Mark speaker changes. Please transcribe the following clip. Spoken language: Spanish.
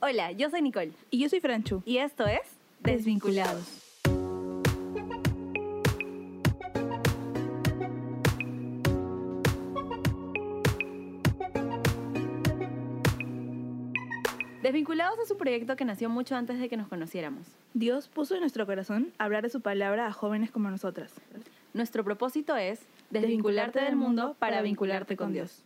Speaker 1: Hola, yo soy Nicole
Speaker 2: Y yo soy Franchu.
Speaker 1: y esto es Desvinculados. Desvinculados es un proyecto que nació mucho antes de que nos conociéramos.
Speaker 2: Dios puso en nuestro corazón hablar de su palabra a jóvenes como nosotras.
Speaker 1: Nuestro propósito es desvincularte del mundo para vincularte con Dios.